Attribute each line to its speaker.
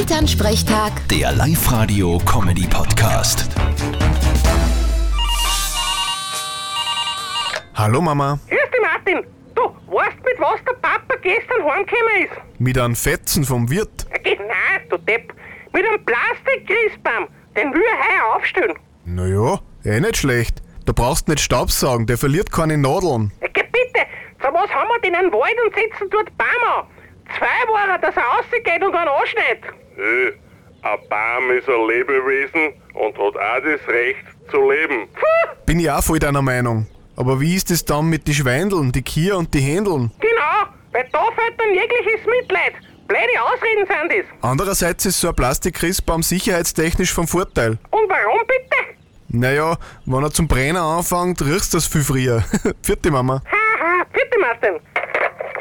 Speaker 1: Elternsprechtag,
Speaker 2: Der Live-Radio-Comedy-Podcast.
Speaker 3: Hallo Mama,
Speaker 4: Grüß dich, Martin. Du, weißt mit was der Papa gestern heimgekommen ist?
Speaker 3: mit einem Fetzen vom Wirt.
Speaker 4: Er geht, nein, du Depp. Mit einem Plastikgrießbaum. Den will er heuer aufstellen.
Speaker 3: Naja, eh nicht schlecht. Da brauchst nicht Staubsaugen, der verliert keine Nadeln.
Speaker 4: Er geht, bitte. Zu was haben wir denn einen Wald und setzen dort Baum an? Zwei Wochen, dass er rausgeht und einen anschneidet.
Speaker 5: Äh, ein Baum ist ein Lebewesen und hat auch das Recht zu leben.
Speaker 4: Puh,
Speaker 3: Bin ich auch voll deiner Meinung. Aber wie ist es dann mit den Schweindeln, die Kier und die Händeln?
Speaker 4: genau. Weil da fällt dann jegliches Mitleid. Blöde Ausreden sind das.
Speaker 3: Andererseits ist so ein Plastikrissbaum sicherheitstechnisch vom Vorteil.
Speaker 4: Und warum bitte?
Speaker 3: Naja, wenn er zum Brenner anfängt, riechst du das viel früher. Vierte Mama.
Speaker 4: Haha, bitte, Martin.